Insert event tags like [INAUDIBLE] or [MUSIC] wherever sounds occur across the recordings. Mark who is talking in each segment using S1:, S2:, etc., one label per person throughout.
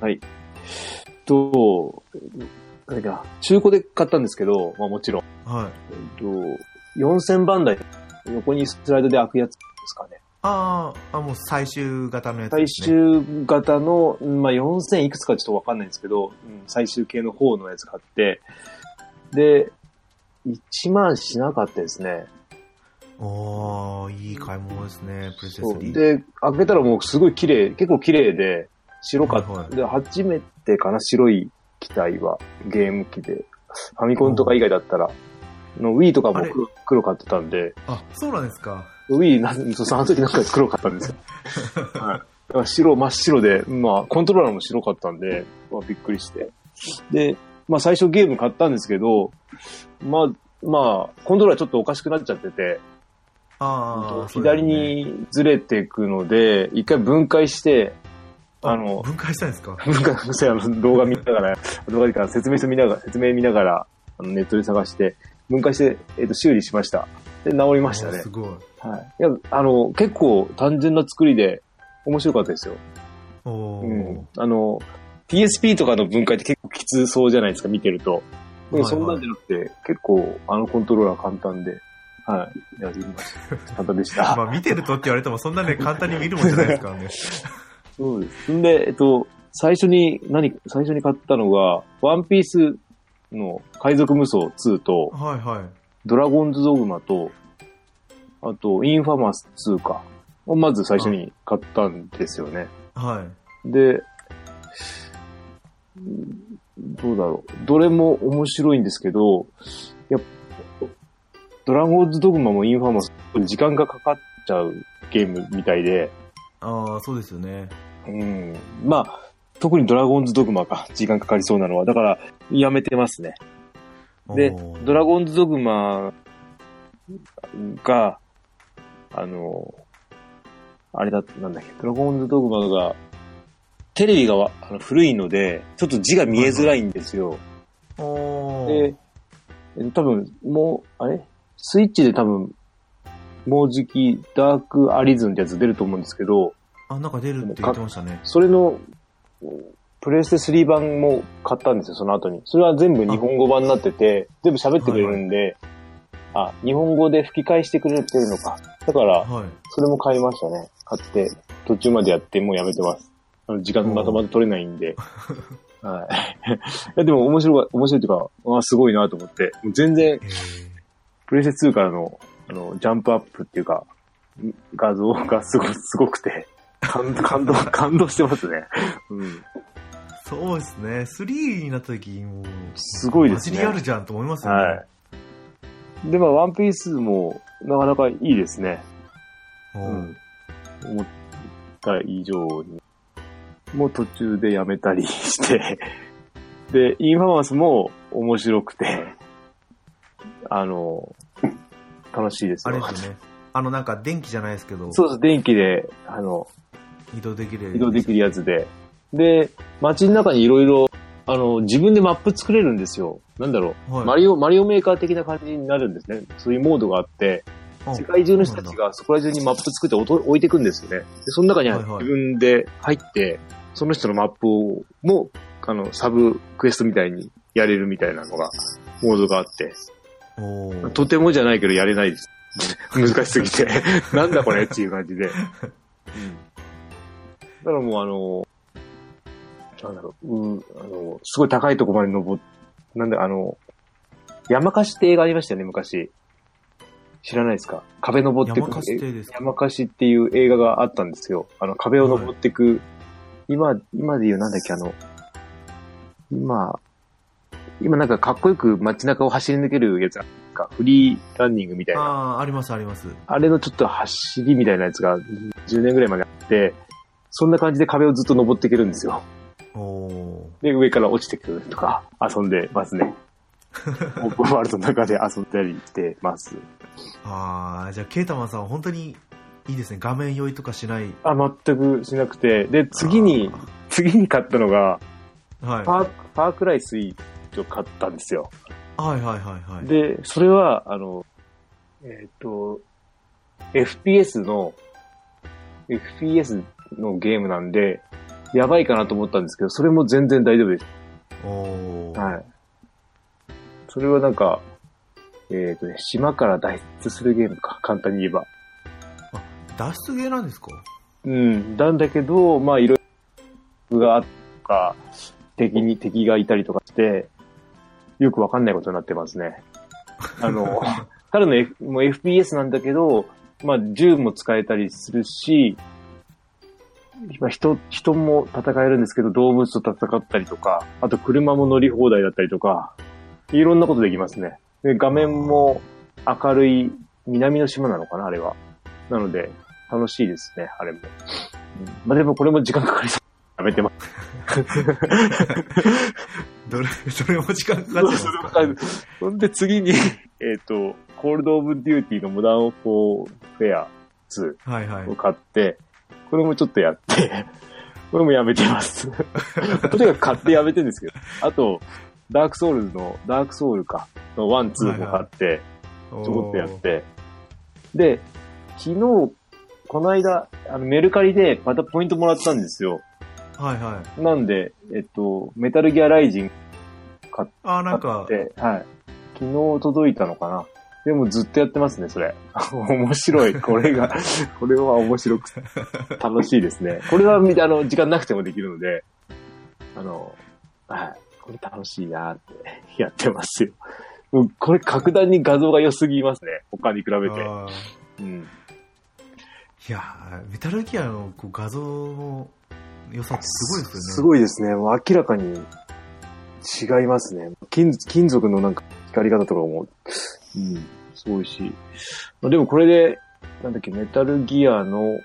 S1: はい。と、なんだっけな中古で買ったんですけど、まあもちろん。
S2: はい。
S1: えっと、4000番台、横にスライドで開くやつですかね。
S2: あーあ、もう最終型のやつ
S1: 最
S2: です、ね。
S1: 終型の、うんまあ、4000いくつかちょっとわかんないんですけど、うん最終系の方のやつ買って、で、1万しなかったですね。
S2: おー、いい買い物ですね、プレセ
S1: そ
S2: ス
S1: う
S2: リー。
S1: で、開けたらもうすごい綺麗、結構綺麗で、白かった。
S2: はいはい
S1: で、初めてかな、白い機体は、ゲーム機で。ファミコンとか以外だったら、の Wii とかも
S2: あれ
S1: 黒黒買ってたんで、
S2: あ、そうなんですか。
S1: Wii なん、そうその時なんか黒かったんです
S2: [LAUGHS]
S1: よ。はい。だから白、真っ白で、まあ、コントローラーも白かったんで、まあ、びっくりして。で、まあ、最初ゲーム買ったんですけど、まあ、まあ、コントローラーちょっとおかしくなっちゃってて、
S2: ああ、そうです
S1: 左
S2: ね
S1: にずれていくので、一回分解して、あの、
S2: 分解したんですか
S1: 文化のせいあの動画見ながら、 [LAUGHS] 動画というか説明書見ながら、説明見ながら、あのネットで探して、分解して、えっ、と、修理しました。で、治りました
S2: おー
S1: ね
S2: す。ごい。
S1: はい。いや、あの、結構単純な作りで、面白かったですよ。
S2: おー、
S1: うん。あの、PSP とかの分解って結構きつそうじゃないですか、見てると。でもそんなんじゃなくて、結構、あのコントローラー簡単で、はい。やりました。簡単でした。
S2: まあ見てるとって言われてもそんなね、簡単に見るもんじゃないですからね。 [LAUGHS]
S1: そうです。んで、えっと、最初に、何、最初に買ったのが、ワンピースの海賊無双2と、
S2: はいはい。
S1: ドラゴンズドグマと、あと、インファマス2か。をまず最初に買ったんですよね。
S2: はい。
S1: で、うんどうだろう。どれも面白いんですけど、やっぱドラゴンズドグマもインファマスも時間がかかっちゃうゲームみたいで、
S2: ああ、そうですよね。
S1: うん。まあ、特にドラゴンズドグマか、時間かかりそうなのは。だから、やめてますね。で
S2: おー
S1: ドラゴンズドグマが、あの、あれだ、なんだっけ、ドラゴンズドグマが、テレビがわあの古いので、ちょっと字が見えづらいんですよ。
S2: おー
S1: で、多分、もう、あれスイッチで多分、もうじき、ダークアリズムってやつ出ると思うんですけど、
S2: あ、なんか出るって言ってましたね。
S1: それの、プレイステ3版も買ったんですよ、その後に。それは全部日本語版になってて、全部喋ってくれるんで、あ、日本語で吹き返してくれてるのか。だから、
S2: はい。
S1: それも買いましたね。買って、途中までやって、もうやめてます。あの時間まとまって取れないんで。はい。 [LAUGHS] いやでも面白い、面白いっていうか、あすごいなと思って。もう全然、
S2: えー
S1: プレイステ2からの、あの、ジャンプアップっていうか、ん画像がすごすごくて、感動、感動、感動してますね。うん。
S2: そうですね。3になった時、もう、
S1: すごいですね
S2: マジリアルじゃんと思いますよね。
S1: はい。で、まあ、ワンピースも、なかなかいいですね。
S2: おー
S1: ん。思った以上に。もう途中でやめたりして。で、インファマスも面白くて、あの、楽しいです
S2: あ
S1: よ
S2: れですよね。あの、なんか電気じゃないですけど、
S1: そうそう、電気で、あの、
S2: 移動できる。
S1: 移動できるやつで。で、街の中にいろいろ、あの、自分でマップ作れるんですよ。なんだろう、
S2: はい
S1: マリオ、マリオメーカー的な感じになるんですね。そういうモードがあって、
S2: うん
S1: 世界中の人たちがそこら中にマップ作っておと置いていくんですよね。で、その中には
S2: はいはい
S1: 自分で入って、その人のマップを、も、あの、サブクエストみたいにやれるみたいなのが、モードがあって、
S2: おー
S1: とてもじゃないけどやれない [LAUGHS] です。難しすぎ [LAUGHS] て。なんだこれっていう感じで。うん、だからもうあの、なんだろう、うん、あの、すごい高いとこまで登っ、なんだ、あの、山貸しって映画ありましたよね、昔。知らないですか壁登って
S2: 山
S1: く
S2: 貸しってですか
S1: 山貸しっていう映画があったんですよ。あの、壁を登っていく、今、今で言うなんだっけ、あの、今、今なんかかっこよく街中を走り抜けるやつが、フリーランニングみたい
S2: あ
S1: な、あ
S2: あ、ありますあります。
S1: れのちょっと走りみたいなやつが10年ぐらいまであって、そんな感じで壁をずっと登っていけるんですよ。
S2: おー
S1: で、上から落ちてくるとか、遊んでます [LAUGHS] ね。オープンワールドの中で遊んだりしてます。
S2: ああ、じゃあ、ケータマンさんは本当にいいですね。画面酔いとかしない。
S1: あ、全くしなくて。で、次に、次に買ったのが、
S2: あー。はい。
S1: パーパークライスイートを買ったんですよ。
S2: はいはいはいはい。
S1: で、それは、あの、えっ、と、FPS の、FPS のゲームなんで、やばいかなと思ったんですけど、それも全然大丈夫でし
S2: おー。
S1: た。はい。それはなんか、えっ、とね、島から脱出するゲームか、簡単に言えば。
S2: 脱出ゲーなんですか
S1: うん。なんだけど、まあ、いろいろ、があったとか、敵に敵がいたりとかして、よくわかんないことになってますね。あの、彼の、F、もう FPS なんだけど、まあ、銃も使えたりするし、まあ人、人も戦えるんですけど、動物と戦ったりとか、あと車も乗り放題だったりとか、いろんなことできますね。で、画面も明るい、南の島なのかな、あれは。なので、楽しいですね、あれも。うんまあ、でもこれも時間かかりそう。やめてます。
S2: どれ、 [LAUGHS] どれも時間かかってますか
S1: ほんで次 [LAUGHS] に、えっ、と、コールドオブデューティーのモダンフォーフェア2
S2: はいはい
S1: を。買って、これもちょっとやって、 [LAUGHS] これもやめて [LAUGHS] ます。とにかく買ってやめてんですけど。あと、ダークソウルの、ダークソウルか、の1、2も買って、ちょこっとやって。で、昨日、この間、あのメルカリでまたポイントもらったんですよ。
S2: おー。はいはい。
S1: なんで、えっと、メタルギアライジング
S2: あー、なんか、
S1: って、はい。昨日届いたのかな。でもずっとやってますね、それ。 [LAUGHS] 面白い。これが、 [LAUGHS] これは面白くて、楽しいですね。これは、みあの、時間なくてもできるので、あの、はい。これ楽しいなーってやってますよ。もうこれ格段に画像が良すぎますね。他に比べて。
S2: あー
S1: うん。
S2: いやーメタルギアのこう画像の良さってすごいですよね。
S1: すごいですね。もう明らかに違いますね。金金属のなんか光り方とかも、うん、すごいし。まあ、でもこれで、なんだっけ、メタルギアの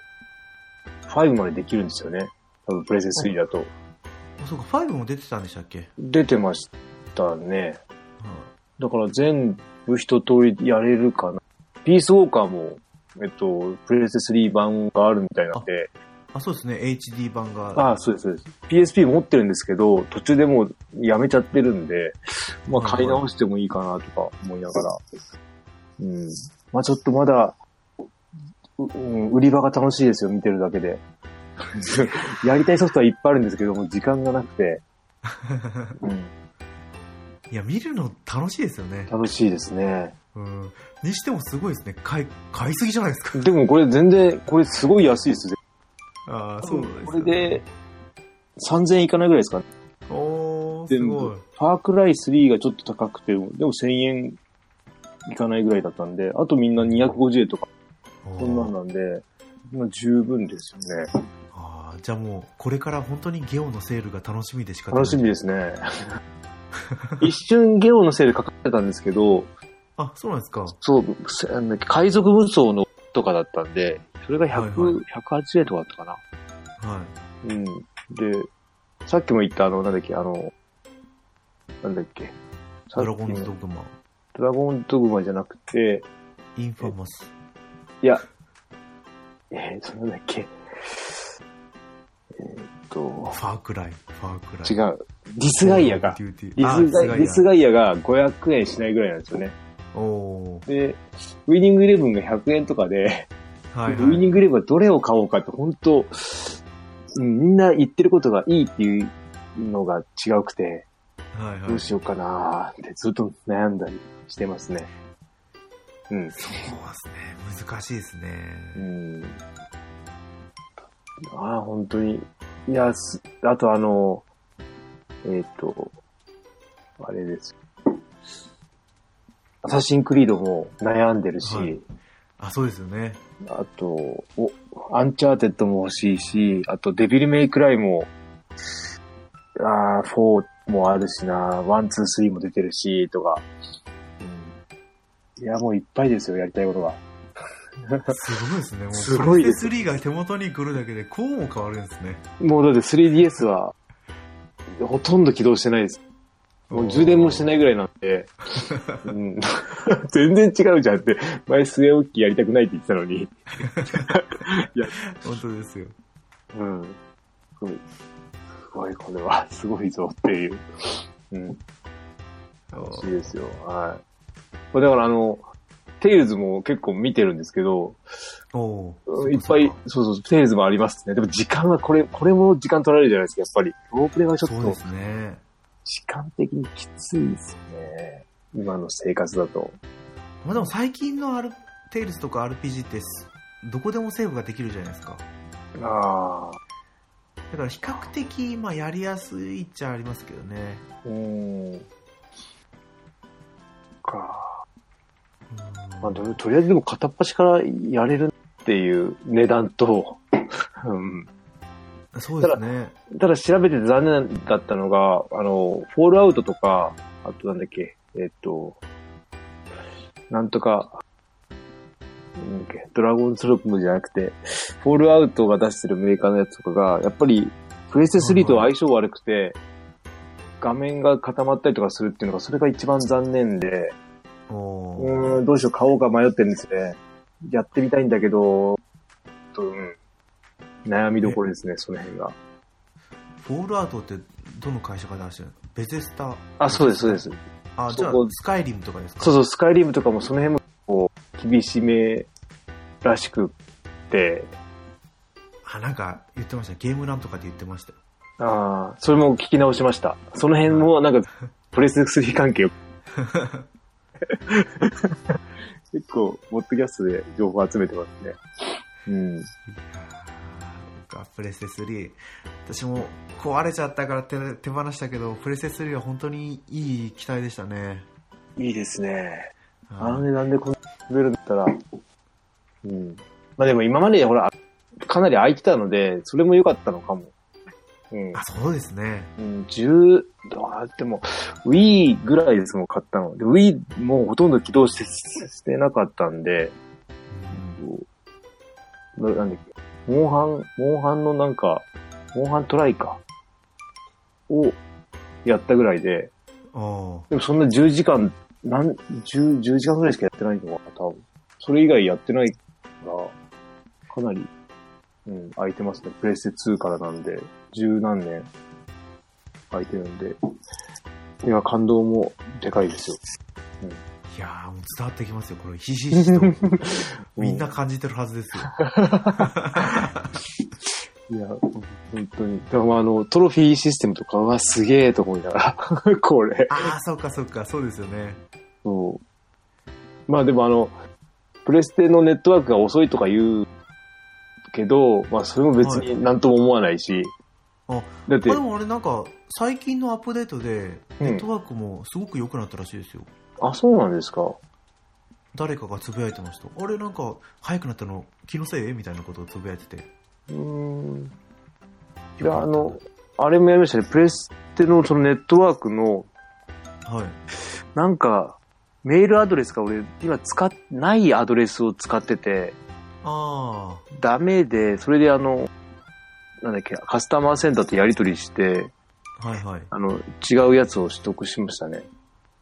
S1: 5までできるんですよね。多分プレセス3だと。
S2: あそうか、5も出てたんでしたっけ、
S1: 出てましたね。
S2: う
S1: だから全部一通りやれるかな。ピースウォーカーも、えっと、プレセス3版があるみたいなんで、
S2: ん、あ、そうですね、HD 版が。
S1: ああ、そうです、そうです。PSP 持ってるんですけど、途中でもうやめちゃってるんで、まあ買い直してもいいかなとか思いながら。うん。まあちょっとまだ、ううん、売り場が楽しいですよ、見てるだけで。 [LAUGHS] やりたいソフトはいっぱいあるんですけども、時間がなく
S2: [LAUGHS]
S1: て、うん、
S2: いや、見るの楽しいですよね。
S1: 楽しいですね。
S2: うん。にしてもすごいですね。買い、買いすぎじゃないですか。
S1: でもこれ全然、これすごい安いです。
S2: ああ、そうです、ね。
S1: これで、3000円いかないぐらいですかね。
S2: おー、すごい。
S1: ファークライ3がちょっと高くて、でも1000円いかないぐらいだったんで、あとみんな250円とか、そんなんなんで、まあ十分ですよね。
S2: あーじゃあもう、これから本当にゲオのセールが楽しみでしかない
S1: 楽しみです
S2: [LAUGHS]
S1: ね。一瞬ゲオのせいでかかってたんですけど、
S2: あ、そうなんですか。
S1: そう、せあの海賊武装のとかだったんで、それが100、
S2: はいは
S1: 108円とかだったかな。
S2: は
S1: うん。で、さっきも言ったあの、なんだっけ、あの、なんだっけ。
S2: い。
S1: さっ
S2: ド
S1: きの
S2: ラゴンズドグマ、
S1: ドラゴンドグマじゃなくて、
S2: インファマス。
S1: いや、えっ、ー、と、なんだっけ。えーっと、
S2: ファークライ、ファークライ。
S1: 違う。ディスガイアが。
S2: デューティー
S1: ディスガイディス
S2: あ
S1: ガイアが500円しないぐらいなんですよね。
S2: ア。おー。
S1: で、ウィニングイレブンが100円とかで、
S2: はい
S1: ウィ
S2: は
S1: ニ
S2: い。
S1: ングイレブンはどれを買おうかって本当、うんみんな言ってることがいいっていうのが違うくて、
S2: はいは
S1: ど。
S2: いう
S1: しようかなーってずっと悩んだりしてますね。うん。
S2: そうですね。難しいです
S1: う
S2: ね。
S1: ん。ああ、本当に。いや、すあとあの、えっ、と、あれです。アサシンクリードも悩んでるし、
S2: はいあ、そうですよね。
S1: あと、お、アンチャーテッドも欲しいし、あとデビルメイクライも、ああ、4もあるしな、1、2、3も出てるし、とか。うん、いや、もういっぱいですよ、やりたいことが。
S2: すごいですね。もう、
S1: すごいです
S2: プレステ3が手元に来るだけで、こうも変わるんですね。
S1: もうだって 3DS は、ほとんど起動してないです。もう充電もして
S2: い。
S1: ないぐらいなん [LAUGHS] で、うん、 [LAUGHS] 全然違うじゃんって、前末置きやりたくないって言ってたのに、
S2: 本当ですよ。
S1: うん。すごい、すごい、これは、すごいぞっていう。うん、
S2: お
S1: 楽しい
S2: ー
S1: ですよ。はい。これだからあの、テイルズも結構見てるんですけど、
S2: お
S1: いっぱい、そうそう、テイルズもありますね。でも時間はこれ、これも時間取られるじゃないですか、やっぱり。ロープレイはちょ
S2: そ
S1: っ
S2: うで
S1: と、
S2: すね。
S1: 時間的にきついですね。今の生活だと。
S2: まあでも最近の R、テイルズとか RPG ってす、どこでもセーブができるじゃないですか。
S1: ああ、
S2: だから比較的、まあやりやすいっちゃありますけどね。
S1: うーん。か。
S2: うん
S1: まあ、ととりあえずでも片っ端からやれるっていう値段と、 [LAUGHS] うん。
S2: そうですね。
S1: ただ調べてて残念だったのが、あの、フォールアウトとか、あとなんだっけ、えっと、なんとか、なんだっけ、ドラゴンスロープじゃなくて、フォールアウトが出してるメーカーのやつとかが、やっぱり、プレステ3と相性悪くて、画面が固まったりとかするっていうのが、それが一番残念で、
S2: おー
S1: うーん、どうしよう、買おうか迷ってるんですね。やってみたいんだけど、ちょっとうん、悩みどころですね、その辺が。
S2: フォールアウトってどの会社が出してるのベゼスタ。
S1: あ、そうです、そうです。。
S2: あ、
S1: そ
S2: じゃあ
S1: こ、
S2: スカイリムとかですか
S1: そうそう、スカイリムとかもその辺もこう厳しめらしくって、
S2: あ、なんか言ってました。ゲームランとかで言ってましたよ。
S1: ああ、それも聞き直しました。その辺もなんか、プレス3関係を結構、モッドキャストで情報集めてますね。うん。
S2: あプレステ3私も壊れちゃったから手手放したけどプレステ3は本当にいい機体でしたね
S1: いいですね。あの
S2: はい
S1: 値段でこんな滑るんだったら、うん。まあでも今までほら、かなり空いてたので、それも良かったのかも。うん。
S2: あそうですね
S1: うん、10、あでも、Wii ぐらいですもん、買ったの。で、Wii もうほとんど起動して、してなかったんで、
S2: うん
S1: ななんだっけ、モンハン、モンハンのなんか、モンハントライか、をやったぐらいで、
S2: お
S1: でもそんな10時間、なん、10、10時間ぐらいしかやってないのかな、多分。それ以外やってないから、かなり、うん、空いてますね。プレステ2からなんで、十何年空いてるんで、今感動もでかい
S2: [LAUGHS]
S1: ですよ。
S2: ーいやーもう伝わってきますよこれひしひしとみんな感じてるはずですよ
S1: いや、本当に。でもあの、トロフィーシステムとかはすげえと思いながら、 [LAUGHS] これ。
S2: ああそうかそうかそうですよね
S1: そう。まあでもあの、プレステのネットワークが遅いとか言うけど、まあそれも別になんとも思わないし。
S2: あ
S1: だっ
S2: あ
S1: て
S2: で、もあれなんか最近のアップデートでネットワークもすごく良くなったらしいですよ、
S1: あ、そうなんですか。
S2: 誰かがつぶやいてましたあれなんか早くなったの気のせいみたいなことをつぶやいてて
S1: うーん。い
S2: 良くな
S1: や、
S2: った
S1: あ
S2: んだ
S1: の、あれもやりましたね。プレステのそのネットワークの、
S2: はい
S1: なんか、メールアドレスが俺、今使っ、ないアドレスを使ってて、
S2: あ
S1: ダメで、それであの、なんだっけ、カスタマーセンターとやり取りして、
S2: あ、はいはい。
S1: あの、違うやつを取得しましたね。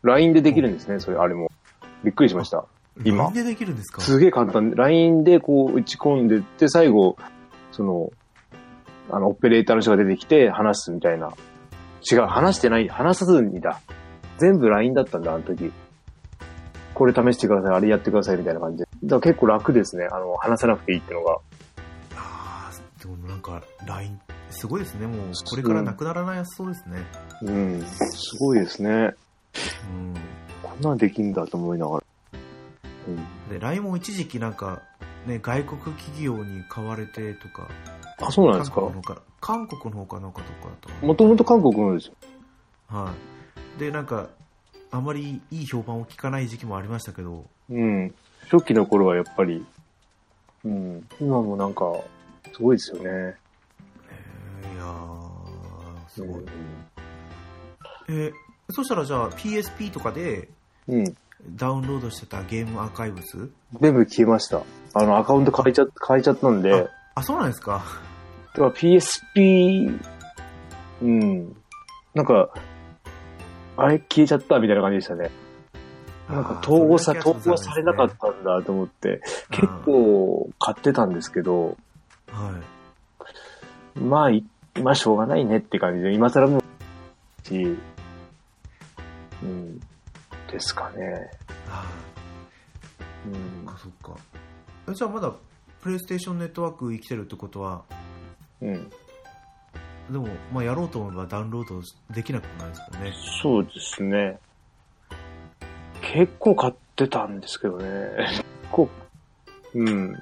S1: LINE でできるんですね、それ、あれも。びっくりしました。今
S2: LINE でできるんですか
S1: すげえ簡単で。LINE でこう打ち込んでって、最後、その、あの、オペレーターの人が出てきて話すみたいな。違う、話してない、話さずにだ。全部 LINE だったんだ、あの時。これ試してください、あれやってくださいみたいな感じで。だから結構楽ですね、あの、話さなくていいってのが。
S2: ああ、でもなんか LINE、すごいですね。もうこれからなくならなそうですね。
S1: うん、すごいですね。
S2: うん。
S1: こんなんできんだと思いながら。うん、
S2: で、LINE も一時期なんか、ね、外国企業に買われてとか。
S1: あ、そうなんですか
S2: 韓国の方ら韓国の方かなんかとかだったか
S1: もともと韓国のですよ。
S2: なはい。で、なんか、あまりいい評判を聞かない時期もありましたけど、
S1: うん。初期の頃はやっぱり、うん。今もなんか、すごいですよね。
S2: えーいやー、すごい。
S1: う
S2: えーそしたらじゃあ PSP とかで
S1: ん。うん。
S2: ダウンロードしてたゲームアーカイブス
S1: 全部消えました。あの、アカウント変えちゃ、変えちゃったんで、だか
S2: あ、そうなんですか。
S1: ら PSP、うん。なんか、あれ消えちゃったみたいな感じでしたね。なんか統合さ、
S2: あー
S1: 統合されなかっ。たんだと思って、結構買ってたんですけど、
S2: それはやつですね
S1: まあ、いまあ、しょうがないねって感じで、今更もう、し、うん、ですかね。
S2: あーはい。あ
S1: うん
S2: そっかそっかえじゃあまだプレイステーションネットワーク生きてるってことは
S1: うん、
S2: でも、まあ、やろうと思えばダウンロードできなくもないですもんね
S1: そうですね。結構買ってたんですけどね。結構、うん。で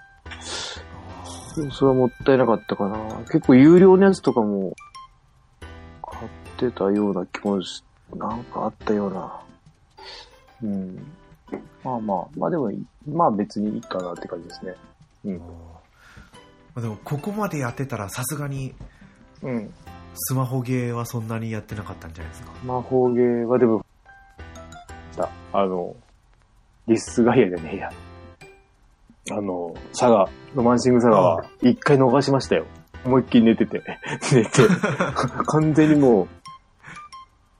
S1: もそれはもったいなかったかな。結構有料のやつとかも買ってたような気もし、なんかあったような。うん。まあまあ、まあでもいい、まあ別にいいかなって感じですね。
S2: あーまあでもここまでやってたらさすがに
S1: うん。
S2: スマホゲーはそんなにやってなかったんじゃないですか
S1: 魔法ゲーはでも、だあの、リスガイアじゃねえや。あの、佐賀、ロマンシング佐賀は一回逃しましたよ。思いっきり寝てて。 [LAUGHS] 寝て。完全にも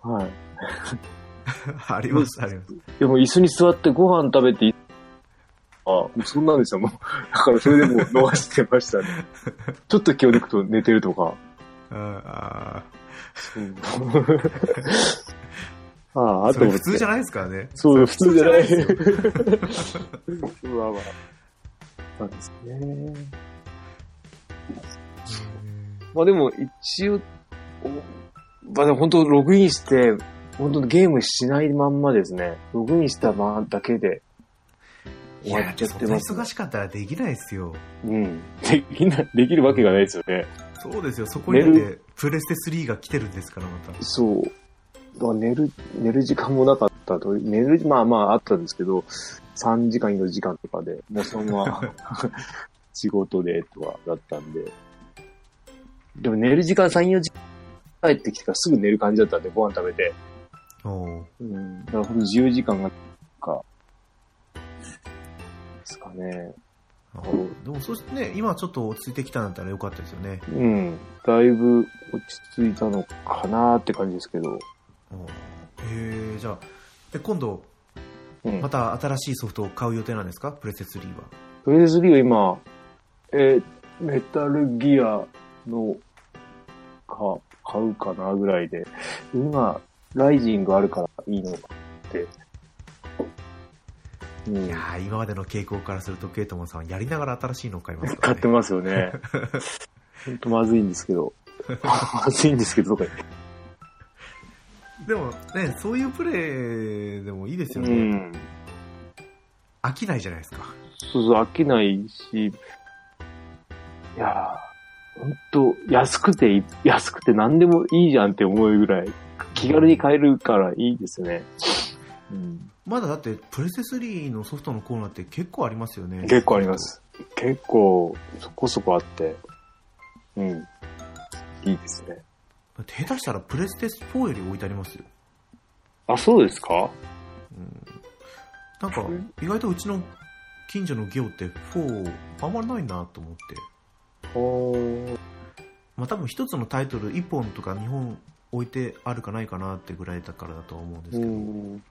S1: う、はい。
S2: [LAUGHS] あります、あります。
S1: でも椅子に座ってご飯食べて、あ、もうそんなんでした、もう。だからそれでもう逃してましたね。 [LAUGHS] ちょっと気を抜くと寝てるとか。
S2: あ
S1: ああ、
S2: あ、
S1: [LAUGHS] あ
S2: そ
S1: と
S2: れ
S1: 思っ
S2: 普
S1: て
S2: 通じゃないですからね。
S1: そう、普通じゃ [LAUGHS] ない。
S2: 普通じゃ
S1: うわわ。なんですね。まあでも、一応、おまあでも本当ログインして、本当ゲームしないまんまですね。ログインしたまんだけで
S2: い
S1: 終わ
S2: や
S1: っ、ちゃっ
S2: そ
S1: て
S2: んな
S1: ますね、
S2: 忙しかったらできないですよ。
S1: うん。できない、できるわけがないですよね。
S2: そうですよ、そこにだっ
S1: 寝
S2: て、プレステ3が来てるんですから、また。
S1: そう。だから寝る、寝る時間もなかったと、寝る、まあまああったんですけど、3時間、4時間とかで、もうそのま [LAUGHS] ま仕事でとかだったんで。でも寝る時間3、4時間帰ってきてからすぐ寝る感じだったんで、ご飯食べて。
S2: おう
S1: うん。だからほんと自由時間が、か、ですかね。
S2: あでも、そしてね、今ちょっと落ち着いてきたんだったらよかったですよね。
S1: うん。だいぶ落ち着いたのかなって感じですけど。
S2: おうへえ、じゃあ、で今度、
S1: うん
S2: ま。た新しいソフトを買う予定なんですか、プレステ3は。
S1: プレイスリーは今、えーメタルギアの、か、買うかなぐらいで、今、ライジングあるからいいのかって。うん
S2: いや。ー今までの傾向からすると、ケイトモンさん、やりながら新しいのを買いますか
S1: 買
S2: ら、
S1: って
S2: ね。
S1: ますよね。ほんとまずいんですけど。 [LAUGHS] まずいんですけど、とか
S2: でもね、そういうプレイでもいいです
S1: 言
S2: よ
S1: っ
S2: ね。
S1: て。うん。
S2: 飽きないじゃないですか。
S1: そうそう、飽きないし、いやー、ほんと、安くていい、安くて何でもいいじゃんって思うぐらい、気軽に買えるからいいですね。うん、
S2: まだだって、プレステ3のソフトのコーナーって結構ありますよね。
S1: 結構ありま。す。結構、そこそこあって、うん、いいですね。
S2: だって下手したらプレステ4より置いてありますよ。
S1: あ、そうですか
S2: うん、なんか、意外とうちの近所のゲオって4あんまりないなと思って。
S1: おー
S2: まあ多分一つのタイトル1本とか2本置いてあるかないかなってぐらいだからだとは思うんです
S1: う
S2: けど、
S1: ん。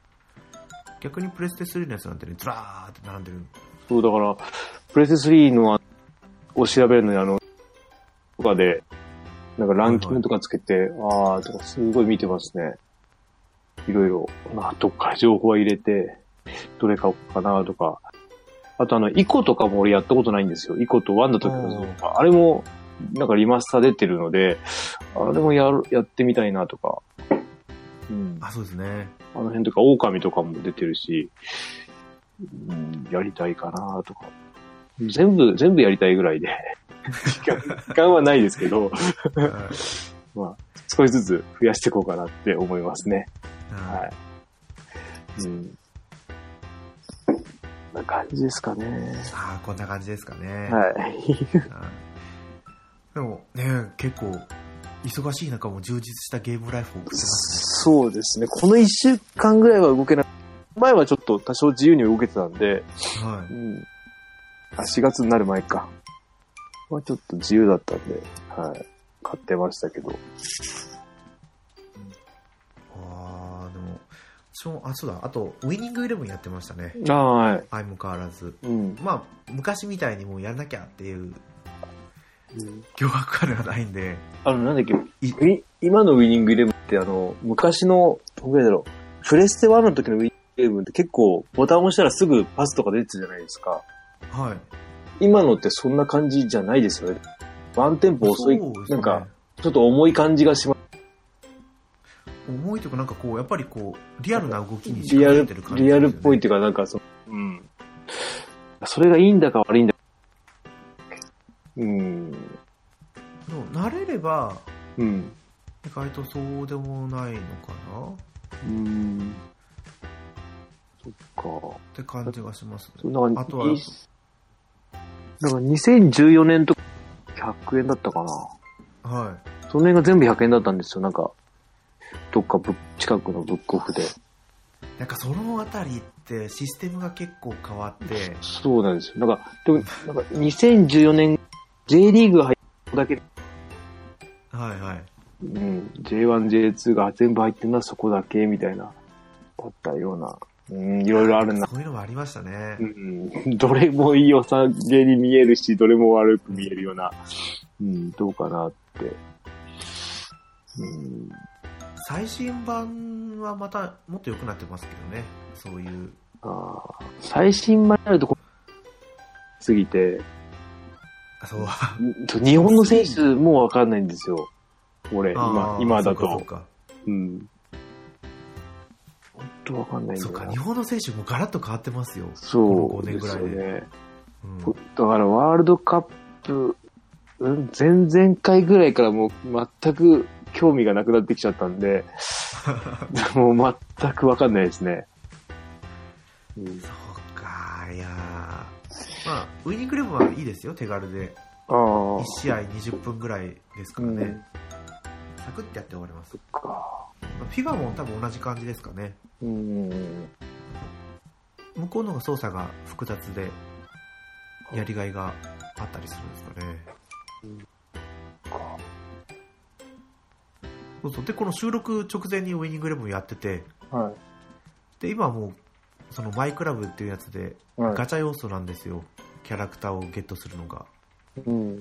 S2: 逆にプレステ3のやつなんてね、ずらーって並んでる。
S1: そう、だから、プレステ3のあを調べるのに、あの、とかで、なんかランキングとかつけて、あーとか、すごい見てますね。いろいろ、まあ、どっか情報は入れて、どれ買おうかなとか。あと、あの、イコとかも俺やったことないんですよ。イコとワンダとか
S2: おー
S1: あれも、なんかリマスター出てるので、あれもやる、やってみたいなとか。うん。
S2: あ、そうです
S1: [LAUGHS]
S2: ね。
S1: あの辺とか、狼とかも出てるし、うん、やりたいかなとか。全部、全部やりたいぐらいで。時間時間はないですけど、
S2: はい
S1: まあ、少しずつ増やしていこうかなって思いますね。
S2: はい
S1: はい。うん。こんな感じですかね。
S2: あーこんな感じですかね。
S1: はい。
S2: はいでもね、結構、忙しい中も充実したゲームライフを送ってますね。
S1: そうですね。この一週間ぐらいは動けない。前はちょっと多少自由に動けてたんで、
S2: は
S1: うん。あ、4月になる前か。はちょっと自由だったんで、はい。買ってましたけど。
S2: い。ああ、でも、私も、あ、そうだ、あと、ウィニングイレブンやってましたね。
S1: ああ、はい。
S2: 相も変わらず。
S1: うん。
S2: まあ、昔みたいにもうやらなきゃっていう、脅迫感がないんで、
S1: あの、なんだっけ、
S2: い
S1: ウィ今のウィニングイレブンってあの、昔の、どんぐらいだろう。プレステ1の時のウィニングゲームって結構ボタン押したらすぐパスとか出てたじゃないですか。
S2: はい。
S1: 今のってそんな感じじゃないですよね。ワンテンポ遅い、
S2: そうですね
S1: なんか、ちょっと重い感じがします。
S2: 重いというか、なんかこう、やっぱりこう、リアルな動きに
S1: リア
S2: な
S1: ル、リアルっぽいっていうか、なんかその、うん。それがいいんだか悪いんだか。うん。
S2: でも慣れれば、
S1: うん。
S2: 意外とそうでもないのかなっ
S1: うん。そっか。
S2: て感じがします
S1: そ
S2: ね。
S1: うなんか、
S2: あとはい
S1: なんか2014年とか100円だったかな。
S2: は
S1: その辺が全部100円だったんですよ。なんか、どっかぶ近くのブックオフで。
S2: い。なんかそのあたりってシステムが結構変わって、
S1: そうなんですよ。なんか、でも、なんか2014年、J リーグが入っただけで、
S2: はいはい。
S1: うん、J1、J2 が全部入ってるのはそこだけ、みたいな、だったような、うん、いろいろあるな。
S2: そういうのもありましたね
S1: う。ん、どれも良さげに見えるし、どれも悪く見えるような、うん、どうかなって。うん、
S2: 最新版はまたもっと良くなってますけどね。そういう。
S1: あー最新版になるとこ、過ぎて、
S2: あそう。
S1: うんと日本の選手もわかんないんですよ。俺、
S2: [LAUGHS] あ
S1: 今
S2: ー、
S1: 今だ
S2: そう
S1: と
S2: か。そうか
S1: うん。本当わかんないんだ
S2: そう
S1: よ
S2: か、
S1: な
S2: 日。本の選手もガラッと変わってますよ。
S1: そ
S2: この
S1: う
S2: 5
S1: で
S2: 年ぐ
S1: す
S2: ら
S1: よ
S2: いで
S1: ね。
S2: うん、
S1: だからワールドカップ、うん、前々回ぐらいからもう全く興味がなくなってきちゃったん
S2: [LAUGHS]
S1: で、もう全くわかんないですね。うん
S2: そうか、いやーまあ、ウイニングレブンはいいですよ、手軽で。
S1: ああ
S2: 1、試合20分ぐらいですから
S1: う
S2: ね
S1: ん。
S2: サクッてやって終わります。
S1: そっか。
S2: まあフィガも多分同じ感じですかね。
S1: うん。
S2: 向こうの方が操作が複雑で、やりがいがあったりするんですかね。そうそう。で、この収録直前にウイニングレブンやってて、
S1: は
S2: で、今はもう、そのマイクラブっていうやつで、
S1: い。は
S2: ガチャ要素なんですよ。キャラクターをゲットするのが。
S1: い。うん。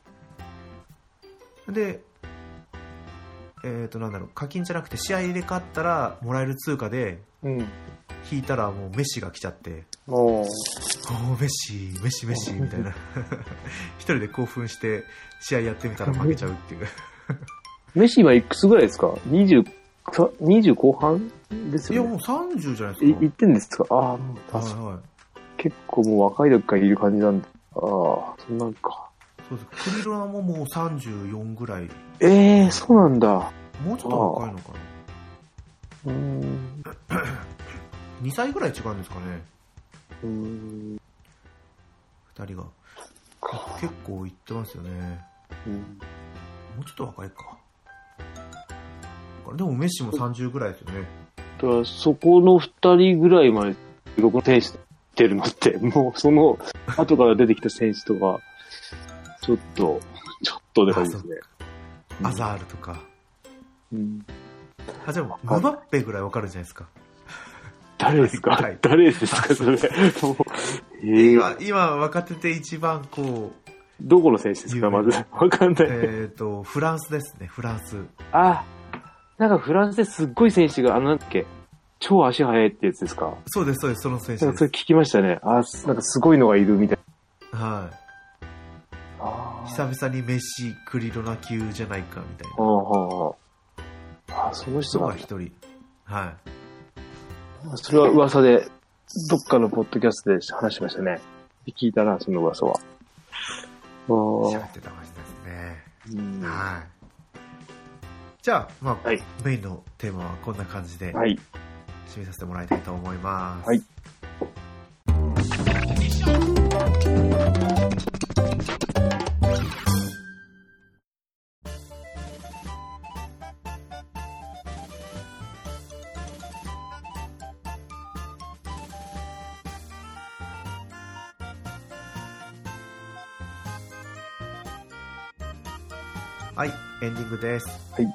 S2: で、えっ、と、なんだろう、課金じゃなくて、試合で勝ったらもらえる通貨で、
S1: うん。
S2: 引いたらもうメッシが来ちゃって、
S1: おー
S2: おー、メッシ、メッシ、メッシ、みたいな。 [LAUGHS] 一人で興奮して、試合やってみたら負けちゃうっていう。
S1: メッシ今いくつぐらいですか 20, さ20後半です
S2: いや、
S1: よ
S2: もう
S1: ね。
S2: 30じゃない
S1: い
S2: ですか
S1: いってんですかああ、もう。
S2: はい
S1: 確か
S2: はい。
S1: 結構もう若い時からいる感じなんで。ああ、そんなんか。
S2: そうです。クリロナももう34ぐらい。
S1: ええそうなんだ。
S2: もうちょっと若いのかな。
S1: うーん。
S2: 2歳ぐらい違うんですかね、
S1: うーん。
S2: 2人が。結構いってますよね。
S1: うん
S2: もうちょっと若いか。でもメッシも30ぐらいですよね。
S1: だから、そこの二人ぐらいまで、僕の選手出るのって、もうその後から出てきた選手とか、ちょっと、ちょっとで感じですね。
S2: アザールとか。
S1: うん、
S2: あ、じゃあ、ムバッペぐらいわかるじゃないですか。
S1: 誰ですか、
S2: はい
S1: 誰ですかそれ。もうええ
S2: 今、今、若手で一番こう、
S1: どこの選手ですかまず。わかんない。
S2: えっ、と、フランスですね、フランス。
S1: あ、なんかフランスですっごい選手が、あの、なんだっけ、超足速いってやつですか
S2: そうです、そうです、その選手
S1: なん
S2: で
S1: かそれ
S2: す。
S1: 聞きましたね。あ、すなんかすごいのがいるみたい
S2: は
S1: な。あー
S2: い。久々にメッシ、クリロナ級じゃないか、みたい
S1: あー、
S2: な。
S1: はあ、はあ。あ、その人が
S2: 人が、一人。は
S1: それは噂で、どっかのポッドキャストで話しましたね。聞いたな、その噂は。あ
S2: い。
S1: ー
S2: 喋ってたかもしれないですね。
S1: うんは
S2: はい。じゃあ、まあ、
S1: はい
S2: メインのテーマはこんな感じで。
S1: い。
S2: 締めさせてもらいたいと思います。
S1: はい
S2: はい、エンディングです。
S1: はい。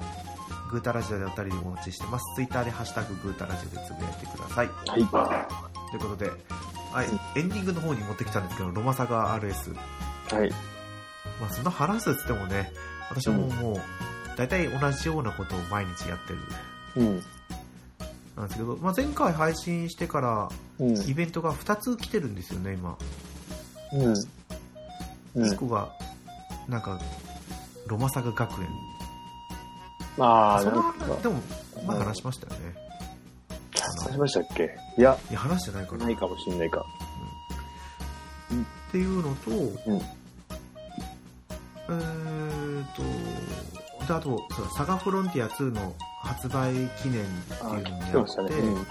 S2: グータラジオでお便りお待ちしてます。ツイッターでハッシュタググータラジオでつぶやいてください。
S1: はい。
S2: ということで、はい、エンディングの方に持ってきたんですけど、ロマサガ RS。
S1: はい。
S2: まあ、その話すっつってもね、私ももう、大体同じようなことを毎日やって
S1: う
S2: る。
S1: ん。
S2: なんですけど、まあ、前回配信してから
S1: うん。
S2: イベントが2つ来てるんですよね今
S1: うん。う
S2: 1
S1: ん。
S2: 個がなんかロマサガ学園
S1: ああ、
S2: そ
S1: な
S2: れ
S1: ん
S2: は
S1: か、
S2: でも前話しましたよね
S1: 話しましたっけいや、
S2: いや話してないかな
S1: ないかもしんないか。
S2: っていうのと、
S1: ん
S2: えーとであとそうだサガフロンティア2の発売記念っていう
S1: ああ、
S2: のも
S1: 来
S2: やって
S1: ましたね。
S2: て、
S1: うん。
S2: で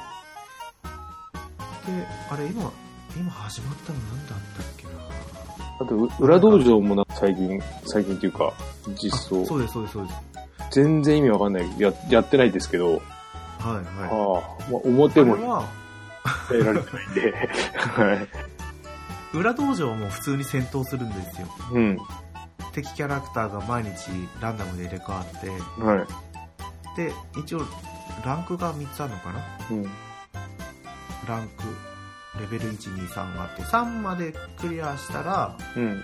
S2: あれ今今始まったの何だったっけな
S1: あと、う裏道場もなんか最近、最近っていうか、実
S2: あ
S1: 装
S2: そ。うですそうですそうです
S1: 全然意味わかんない。や、やってないですけど、
S2: はい
S1: ああ、
S2: はい
S1: まあ、表
S2: あれ
S1: も
S2: は
S1: やられてないんで。はい。
S2: 裏道場も普通に戦闘するんですよ
S1: うん。
S2: 敵キャラクターが毎日ランダムで入れ替わって
S1: は。
S2: で一応ランクが3つあるのかない
S1: うん。
S2: ランクレベル123があって3までクリアしたら
S1: うん。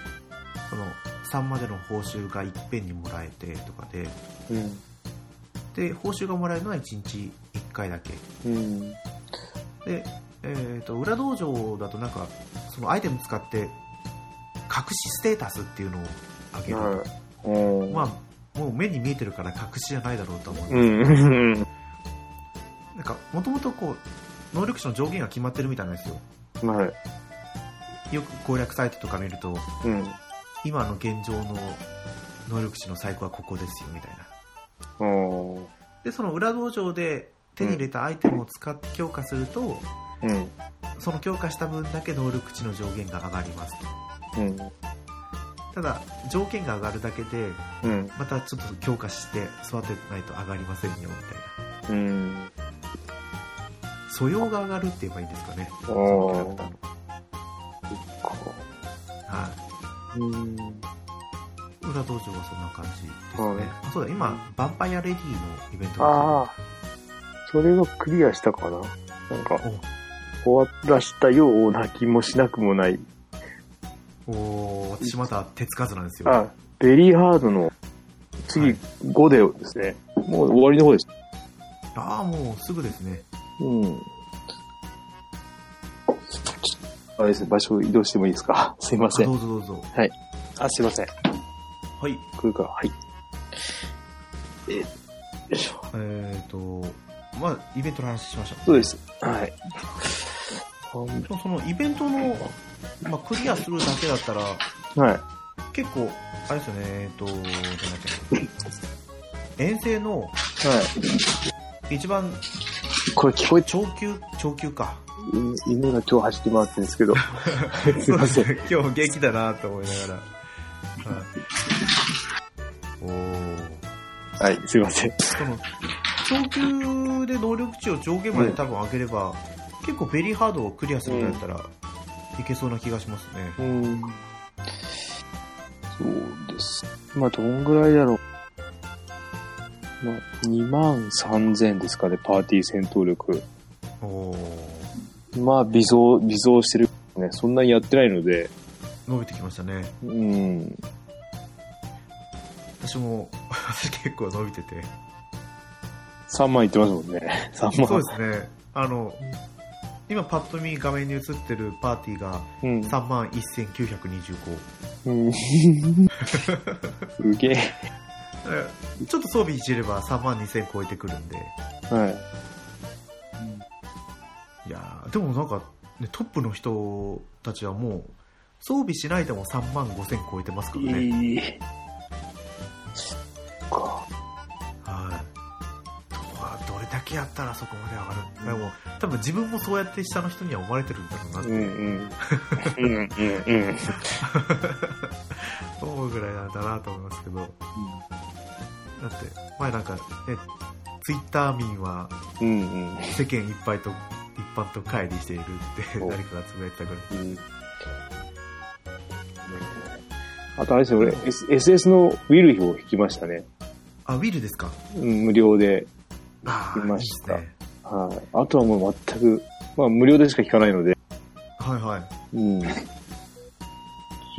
S2: その3までの報酬がいっぺんにもらえてとかで
S1: うん。
S2: で報酬がもらえるのは1日1回だけ
S1: うん。
S2: で、えー、と裏道場だとなんかそのアイテム使って隠しステータスっていうのを上げる、
S1: はい。うん。
S2: まあもう目に見えてるから隠しじゃないだろうと思う、
S1: うん。
S2: なんかもともとこう能力値の上限が決まってるみたいなんですよ
S1: はい。
S2: よく攻略サイトとか見ると
S1: うん。
S2: 今の現状の能力値の最高はここですよみたいな
S1: うん。
S2: でその裏道場で手に入れたアイテムを使って強化すると、
S1: うん。
S2: その強化した分だけ能力値の上限が上がります
S1: うん。
S2: ただ条件が上がるだけで
S1: うん。
S2: またちょっと強化して育てないと上がりませんよみたい
S1: うん。
S2: な素養が上がるって言えばいいんですかね
S1: ああ。
S2: そのキャラクターのはい
S1: うん。
S2: 裏道場はそんな感じですね、
S1: はい
S2: あそうだ今ヴァンパイアレディのイベントが
S1: ああ。それをクリアしたかななんか、
S2: お
S1: 終わらしたような気もしなくもない。
S2: おー私まだ手つかずなんですよ
S1: あ、ベリーハードの次
S2: はい
S1: 5でですね。もう終わりの方です。
S2: ああもうすぐですね
S1: うん。あれですね、場所移動してもいいですか [LAUGHS] すいま
S2: あ
S1: せ
S2: ど
S1: ん。
S2: うぞどうぞ
S1: あ、すいません。
S2: はい
S1: 来るか、はい。え、よいしょ。
S2: えっ、とまあイベントの話しましょう
S1: そうです。はい。
S2: そそのイベントの、まあ、クリアするだけだったら
S1: はい。
S2: 結構あれですよねえっ、となんだっけな遠征の
S1: はい。
S2: 一番
S1: これ聞こえ
S2: 長級長級か
S1: 犬犬が今日走って回ってるんですけど。すいません。
S2: ん [LAUGHS] 今日も元気だなと思いながら、はい、おー
S1: [LAUGHS] はい、すいません。
S2: その長級で能力値を上限まで多分上げれば、結構ベリーハードをクリアするんだったら、いけそうな気がしますね
S1: うん。そうです。まあ、どんぐらいだろう。まあ、2万3000ですかね、パーティー戦闘力。
S2: おおー
S1: まあ、微増、微増してる。ね、そんなにやってないので、
S2: 伸びてきましたね
S1: うん。
S2: 私も [LAUGHS] 私結構伸びてて
S1: 3万いってますもんね。3万。
S2: [LAUGHS] そうですねあの今パッと見画面に映ってるパーティーが
S1: うん。
S2: 3万1925
S1: うんすげえ。
S2: えちょっと装備いじれば3万2000超えてくるんで
S1: はい。
S2: いやーでもなんか、ね、トップの人たちはもう装備しないでも3万5000超えてますからね、
S1: いい。そっか。
S2: はいどこがどれだけやったらそこまで上がるでも多分自分もそうやって下の人には思われてるんだろうなっ
S1: う
S2: て
S1: んうん。うんうんうん。
S2: 思うぐらいなんだなと思いますけどだって前なんかねツイッター民は
S1: うんうん。
S2: 世間一般と一般と乖離しているって
S1: お
S2: 誰かがつぶやいてたぐらい
S1: うんあとあれですよ、俺、S、SS のウィルヒを引きましたね。
S2: あウィルですか
S1: うん、無料で。
S2: ああ
S1: いました
S2: いいですね
S1: はい。あとはもう全く、まあ無料でしか引かないので。
S2: はいはい
S1: うん。ジ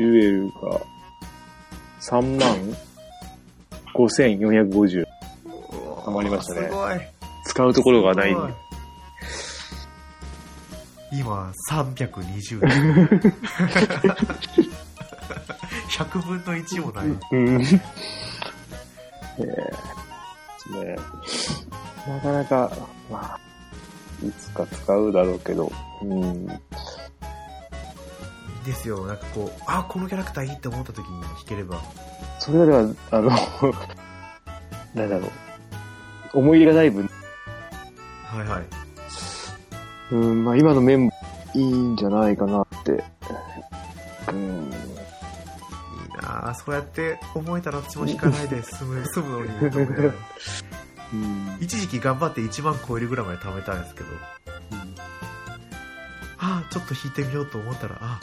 S1: ュエルが3万5450。
S2: うわー
S1: 余りましたね
S2: すごい
S1: 使うところがない
S2: すごい今、320円。100分の1もない。
S1: [LAUGHS] うん。ねえ。ねえ。なかなか、まあ、いつか使うだろうけど、うん。
S2: ですよ、なんかこう、あ、このキャラクターいいって思った時に弾ければ。
S1: それがでは、あの、 [LAUGHS] なんだろう。思い入れがない分、
S2: はいはい。
S1: うん、まあ今のメンバーいいんじゃないかなって。うん。
S2: いいなあそうやって思えたら私も弾かないで
S1: [LAUGHS]
S2: 済む、済むのにと思いながら。
S1: うん。
S2: 一時期頑張って1万超えるぐらいまで貯めたんですけど、ああ、ちょっと弾いてみようと思ったら、あ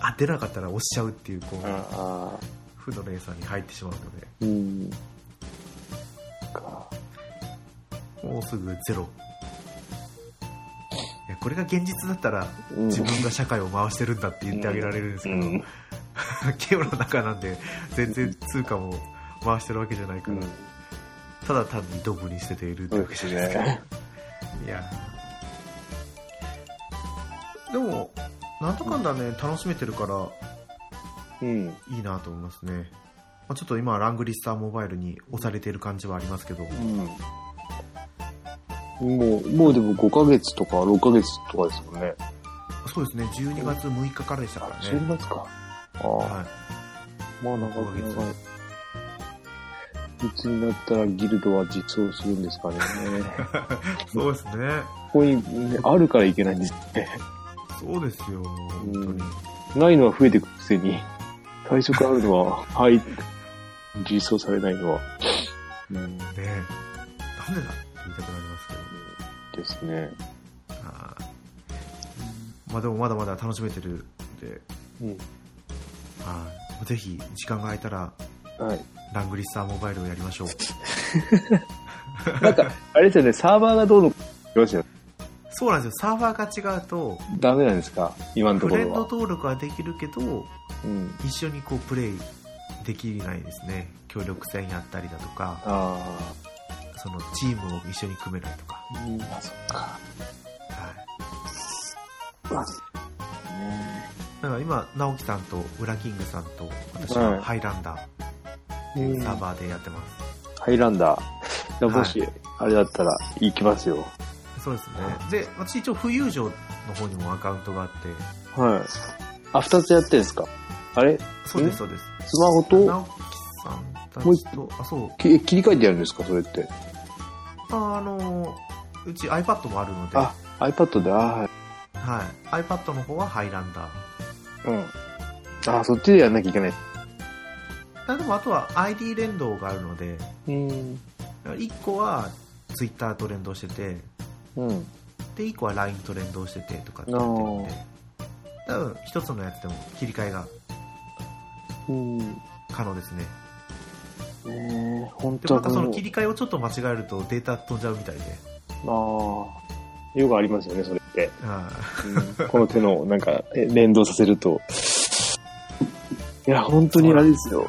S2: あ、出なかったら押しちゃうっていう、こう、
S1: ああ、
S2: 負の連鎖に入ってしまうので、
S1: うん。か。
S2: もうすぐゼロ。いや、これが現実だったら、
S1: うん
S2: 自分が社会を回してるんだって言ってあげられるんですけど、 [LAUGHS]
S1: うん。
S2: ゲームの中なんで、全然通貨も回してるわけじゃないから、ただ単にドブに捨てているっ
S1: そ
S2: て
S1: う
S2: わ
S1: で
S2: け
S1: す
S2: じゃないですか。
S1: ね。
S2: いやでもなんだかんだね楽しめてるから
S1: うん。
S2: いいなと思いますね、まあ、ちょっと今ラングリスターモバイルに押されてる感じはありますけど
S1: うん。もう、もうでも5ヶ月とか6ヶ月とかですもんね。
S2: そうですね12月6日からでしたから
S1: 10
S2: ね、
S1: 月か。ああ、
S2: はい、
S1: まあなんか、
S2: 5
S1: な
S2: ヶ月
S1: んかいつになったらギルドは実装するんですかね。
S2: そうですね
S1: ここに、ね、あるからいけないんですね。
S2: そうですよ本当に、
S1: うんないのは増えてくくせに、最初からあるのは、はい、実装されないのは、うん、で
S2: ねえなんでだって言いたくなりますけど
S1: すね。
S2: あーまあでもまだまだ楽しめてるんで
S1: うん。
S2: はいぜひ時間が空いたら
S1: はい。
S2: ラングリスターモバイルをやりましょう
S1: なんか、あれですよね、サーバーがどうの、よし、
S2: そうなんですよ。サーバーが違うと、
S1: ダメなんですか今のと
S2: フ
S1: こ
S2: レン
S1: ろ
S2: ド
S1: は。
S2: 登録はできるけど、
S1: うん。
S2: 一緒にこうプレイできないですね。協力戦やったりだとか、
S1: あ
S2: そのチームを一緒に組めないとか。
S1: あ、うん、あ、そっか。
S2: はい。
S1: まあね
S2: だから今、直樹さんとウラキングさんと、私
S1: はい
S2: はハイランダーっていうサー
S1: ハ
S2: バーでやってます。
S1: イランダー。もし、あれだったら行きますよ。
S2: そうですね。で、私一応富裕城の方にもアカウントがあって、
S1: はい。あ、二つやってんですかあれ
S2: そうで
S1: ん
S2: す、そうです。
S1: スマホと
S2: 直樹さんた
S1: もう一
S2: ちと、あ、そう、
S1: き切り替えてやるんですかそれって。
S2: ああの、うち iPad もあるので、は
S1: あ、iPad で、あ
S2: い。iPad の方はハイランダー。
S1: ーうん。あ、そっちでやんなきゃいけない。
S2: あでもあとは ID 連動があるので
S1: うん。
S2: 1個は Twitter と連動してて
S1: うん。
S2: で1個は LINE と連動しててとかってやってるので多分1つのやつでも切り替えが
S1: うん。
S2: 可能ですね
S1: ねえ、本
S2: で
S1: 当
S2: またその切り替えをちょっと間違えるとデータ飛んじゃうみたいで
S1: ああ。よくありますよね、それって。
S2: あ
S1: この手の、なんか、え連動させると。いや、本当にあれですよ。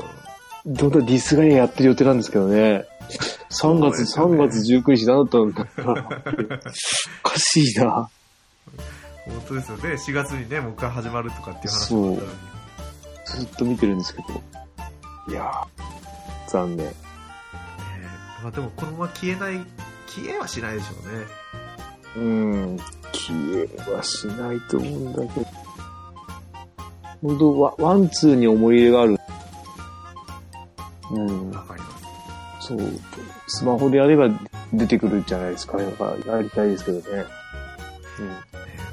S1: どんどんディスガイアやってる予定なんですけどね。3
S2: そう
S1: 月、
S2: ですよ
S1: 3
S2: ね
S1: 月19日何だったんだろうおかしいな。
S2: 本当ですよね4月にねもう一回始まるとかっていう話もあったのに
S1: ずっと見てるんですけど。いやー、残念。
S2: ねまあ、でもこのまま消えない消えはしないでしょうね
S1: うん、消えはしないと思うんだけど。本当ワ、ワンツーに思い入れがある。うん、
S2: わかります
S1: そう。スマホでやれば出てくるんじゃないですかね。なんかやりたいですけどね。
S2: ね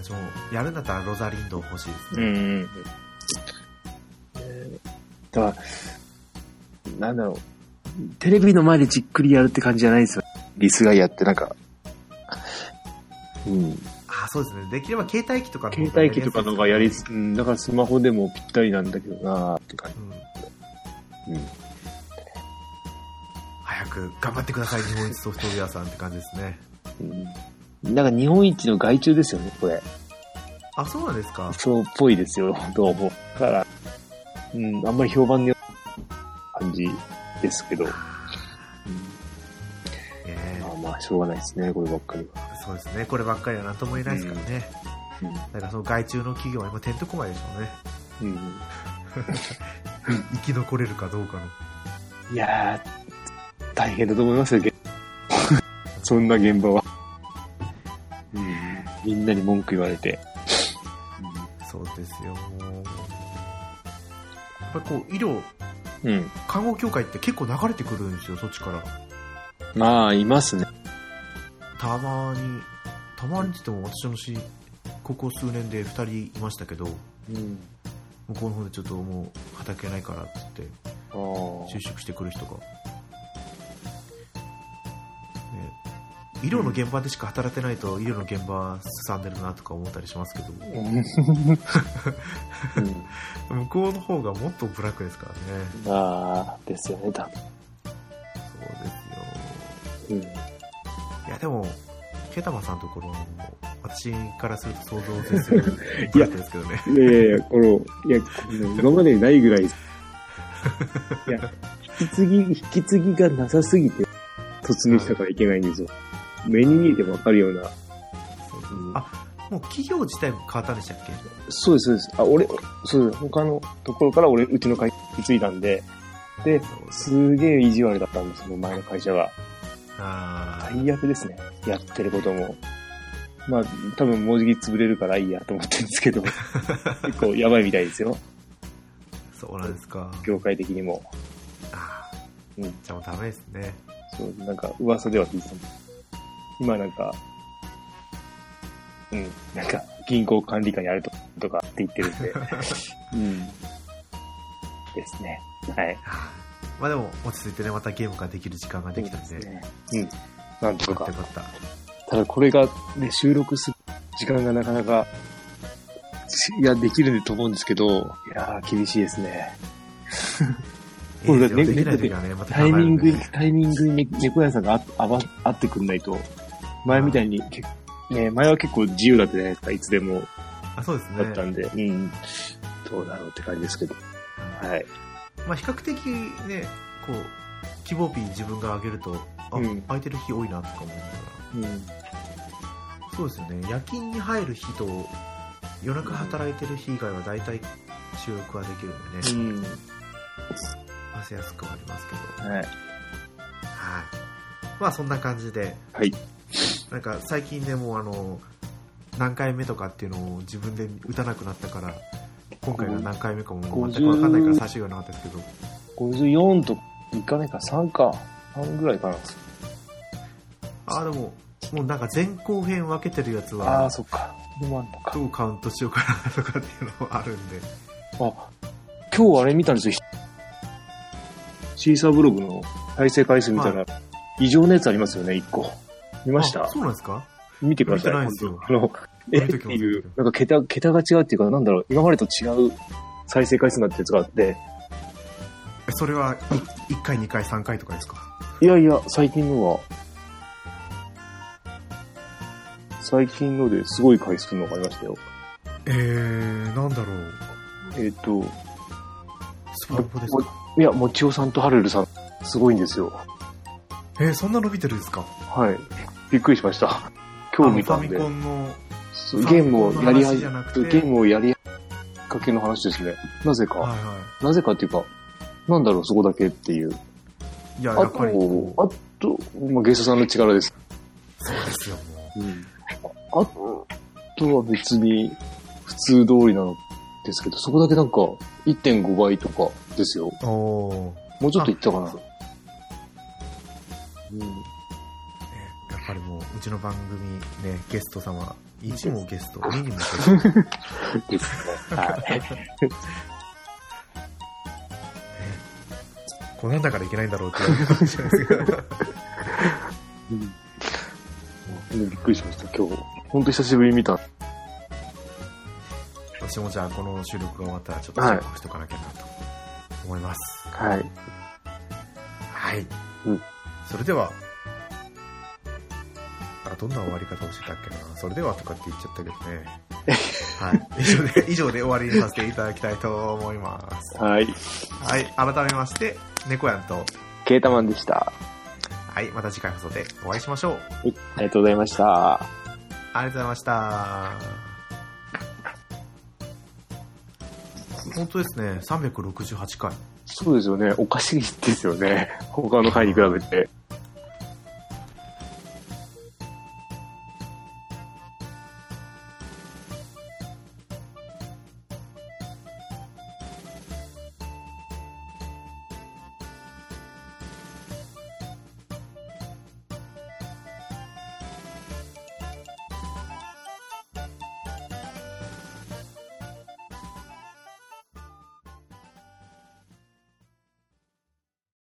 S2: 私もやるんだったらロザリンド欲しいです
S1: う
S2: ね、
S1: ん。うん。だから、なんだろう。テレビの前でじっくりやるって感じじゃないですよ。リスガイアってなんか。うん。
S2: あそうですねできれば携帯機とかの方が
S1: 携帯機とか
S2: やりやすいですね
S1: のがやりつ、うん、だからスマホでもぴったりなんだけどなーって感
S2: うん
S1: じ。
S2: 早く頑張ってください、日本一ソフトウェアさんって感じですね。
S1: うん。なんか日本一の害虫ですよね、これ。
S2: あ、そうなんですか。
S1: そうっぽいですよ、 [LAUGHS] どうも。だから、うん、あんまり評判に感じですけど、うん
S2: え
S1: まあまあ、しょうがないですね、こればっかりは。
S2: そうですね、こればっかりはなんとも言えないですからね。だからその外注の企業は今てんとこまいでしょうね
S1: うんうん
S2: 生き残れるかどうかの
S1: いやー、大変だと思いますよ、現 [LAUGHS] そんな現場は。うん、みんなに文句言われて。
S2: そうですよもうやっぱりこう医療
S1: うん。
S2: 看護協会って結構流れてくるんですよそっちから
S1: まあ、いますね。
S2: たまにたまにって言っても私のしここ数年で2人いましたけど
S1: うん。
S2: 向こうの方でちょっともう畑ないからって言って
S1: あー [LAUGHS]
S2: 就職してくる人が、ね、医療の現場でしか働いてないと医療の現場はすさんでるなとか思ったりしますけど
S1: うん
S2: 向こうの方がもっとブラックですからね
S1: まあ、ですよね、多
S2: そうです
S1: 分。うん。
S2: よいやでもケタマさんのところはもう私からすると想像を絶するブ
S1: い
S2: ラ
S1: や
S2: ックですけどね
S1: い
S2: [LAUGHS]
S1: やいやいや、この、いや、今までにないぐらい、いや、引き継ぎ、引き継ぎがなさすぎて、突入したからいけないんですよ。目に見えてわかるような。うん
S2: あ [LAUGHS] もう企業自体も変わったんでしたっけ
S1: そうです、そうです。あ、俺、そうです。他のところから俺、うちの会社に継いだんで、で、すげえ意地悪だったんですよ、前の会社は。
S2: あー
S1: 最悪ですね。やってることも。まあ、多分、もうじき潰れるからいいやと思ってるんですけ [LAUGHS] ど、結構やばいみたいですよ、
S2: そうなんですか
S1: 業界的にも。
S2: あ
S1: う
S2: ー
S1: ん
S2: じゃあもうダメですね
S1: そう、なんか噂では聞いてたもん今なんか、うん、なんか銀行管理官やるととかって言ってるんで。うん。ですね。はい。
S2: まあでも落ち着いてねまたゲームができる時間ができたんで
S1: そうですね。うん。なんと
S2: よかった
S1: か
S2: よ。かった
S1: ただこれがね、収録する時間がなかなか、しいや、できると思うんですけど、いやー、厳しいですね。そうだね
S2: できない時はね、また
S1: タイ
S2: 考え
S1: ミン
S2: るんで
S1: グ
S2: ね、
S1: タイミングに猫屋さんがあば合ってくんないと、前みたいに、けね、前は結構自由だったじゃないですか、いつでも。
S2: あそうですね。
S1: だったんで、うん。どうだろうって感じですけど。
S2: はい
S1: はい。
S2: まあ比較的ね、こう、希望日自分が上げると、あ、
S1: うん
S2: 空いてる日多いなとか思いなが
S1: うん。
S2: ら。そうですよね。夜勤に入る日と、夜中働いてる日以外は大体収録はできるんで
S1: う
S2: ね、
S1: ん。
S2: 汗安くはありますけど。
S1: はい。
S2: はい。まあそんな感じで、
S1: はい。
S2: なんか最近でもうあの、何回目とかっていうのを自分で打たなくなったから、今回が何回目かも全くわかんないから最終がなかったですけど、
S1: 54といかないか、3か。3ぐらいかな。
S2: ああ、でも、もうなんか前後編分けてるやつ
S1: ああ
S2: は
S1: ー、、そっか。でもあんのか。
S2: どうカウントしようかなとかっていうのもあるんで。
S1: あ、今日あれ見たんですよ。シーサーブログの再生回数見たら、異常なやつありますよね、1個。見まし
S2: あ
S1: た
S2: そうなんですか
S1: 見てください。
S2: 見てないんですよ
S1: あ
S2: [LAUGHS]
S1: の、え
S2: 見
S1: って
S2: きます
S1: いう、なんか桁、桁が違うっていうか、なんだろう、今までと違う再生回数になったやつがあって、
S2: えそれは1回、2回、3回とかですか
S1: いやいや、最近のは、最近のですごい回数のがありましたよ。
S2: えー、なんだろう。
S1: えっ、と、
S2: スパルポですか
S1: いや、もちおさんとはるるさん、すごいんですよ。
S2: えー、そんな伸びてるんですか
S1: はい。びっくりしま
S2: [LAUGHS]
S1: した。今日見たん
S2: あ
S1: で
S2: のファミコ。ンの、
S1: そうゲームをやり
S2: ファミコンの話
S1: 始
S2: じゃなく
S1: め、
S2: て
S1: ゲームをやりかけの話ですね。なぜか、
S2: はいは
S1: なぜかっていうか、なんだろう、そこだけっていう。
S2: い。いや、
S1: あ
S2: や
S1: と、あ
S2: っぱりこう、
S1: と、まあ、ゲストさんの力です。
S2: そうですよ、も
S1: あとは別に普通通りなんですけど、そこだけなんか1.5倍とかですよ。
S2: う。おー
S1: もうちょっといったかな
S2: あ。
S1: うん、
S2: えやっぱりもう、うちの番組ね、ゲスト様、1もゲスト、2にもゲスト、ね、
S1: ですね。 [LAUGHS] はい。
S2: こうなんだからいけないんだろうって言われるかもしれないですけ [LAUGHS] ど。
S1: うん、びっくりしました、今日。ほんと久しぶりに見た。
S2: 私もじゃあこの収録が終わったらちょっとチェックしておかなきゃなと思います
S1: はい。
S2: はい、
S1: うん
S2: それではあどんな終わり方をしてたっけなそれではとかって言っちゃったけど [LAUGHS] ねはい以上で以上で終わりにさせていただきたいと思います
S1: はい。
S2: はい改めまして猫やんと
S1: ケータマンでした。
S2: はいまた次回放送でお会いしましょう
S1: ありがとうございました。
S2: ありがとうございました本当ですね、368回。
S1: そうですよね。おかしいですよね。他の回に比べて。